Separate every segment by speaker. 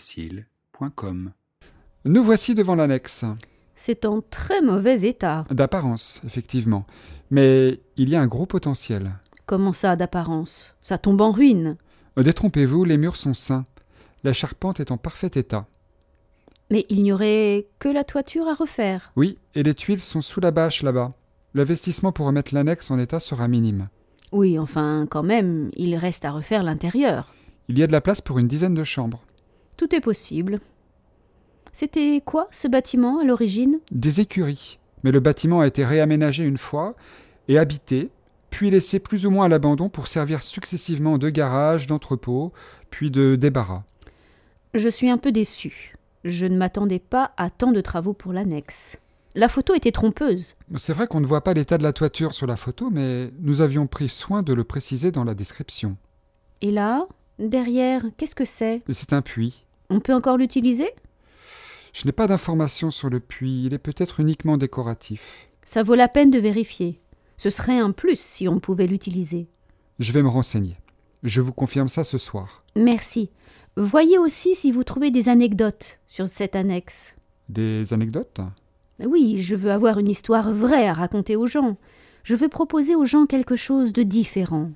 Speaker 1: podcastfrancaisfacile.com.
Speaker 2: Nous voici devant l'annexe.
Speaker 3: C'est en très mauvais état.
Speaker 2: D'apparence, effectivement. Mais il y a un gros potentiel.
Speaker 3: Comment ça, d'apparence Ça tombe en ruine.
Speaker 2: Détrompez-vous, les murs sont sains. La charpente est en parfait état.
Speaker 3: Mais il n'y aurait que la toiture à refaire.
Speaker 2: Oui, et les tuiles sont sous la bâche là-bas. L'investissement pour remettre l'annexe en état sera minime.
Speaker 3: Oui, enfin, quand même, il reste à refaire l'intérieur.
Speaker 2: Il y a de la place pour une dizaine de chambres.
Speaker 3: Tout est possible. C'était quoi ce bâtiment à l'origine
Speaker 2: Des écuries. Mais le bâtiment a été réaménagé une fois et habité, puis laissé plus ou moins à l'abandon pour servir successivement de garage, d'entrepôt, puis de débarras.
Speaker 3: Je suis un peu déçue. Je ne m'attendais pas à tant de travaux pour l'annexe. La photo était trompeuse.
Speaker 2: C'est vrai qu'on ne voit pas l'état de la toiture sur la photo, mais nous avions pris soin de le préciser dans la description.
Speaker 3: Et là, derrière, qu'est-ce que c'est
Speaker 2: C'est un puits.
Speaker 3: On peut encore l'utiliser
Speaker 2: Je n'ai pas d'informations sur le puits, il est peut-être uniquement décoratif.
Speaker 3: Ça vaut la peine de vérifier. Ce serait un plus si on pouvait l'utiliser.
Speaker 2: Je vais me renseigner. Je vous confirme ça ce soir.
Speaker 3: Merci. Voyez aussi si vous trouvez des anecdotes sur cette annexe.
Speaker 2: Des anecdotes
Speaker 3: Oui, je veux avoir une histoire vraie à raconter aux gens. Je veux proposer aux gens quelque chose de différent.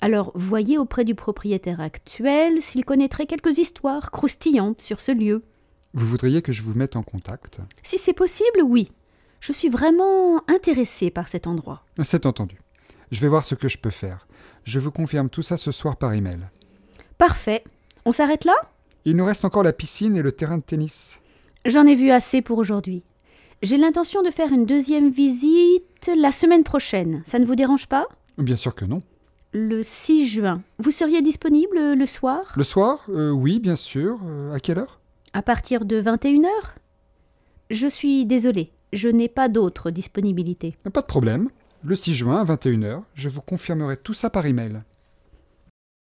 Speaker 3: Alors voyez auprès du propriétaire actuel s'il connaîtrait quelques histoires croustillantes sur ce lieu.
Speaker 2: Vous voudriez que je vous mette en contact
Speaker 3: Si c'est possible, oui. Je suis vraiment intéressée par cet endroit.
Speaker 2: C'est entendu. Je vais voir ce que je peux faire. Je vous confirme tout ça ce soir par email.
Speaker 3: Parfait. On s'arrête là
Speaker 2: Il nous reste encore la piscine et le terrain de tennis.
Speaker 3: J'en ai vu assez pour aujourd'hui. J'ai l'intention de faire une deuxième visite la semaine prochaine. Ça ne vous dérange pas
Speaker 2: Bien sûr que non.
Speaker 3: Le 6 juin. Vous seriez disponible le soir
Speaker 2: Le soir Euh, Oui, bien sûr. Euh, à quelle heure
Speaker 3: À partir de 21h Je suis désolée, je n'ai pas d'autres disponibilités.
Speaker 2: Pas de problème. Le 6 juin à 21h, je vous confirmerai tout ça par email.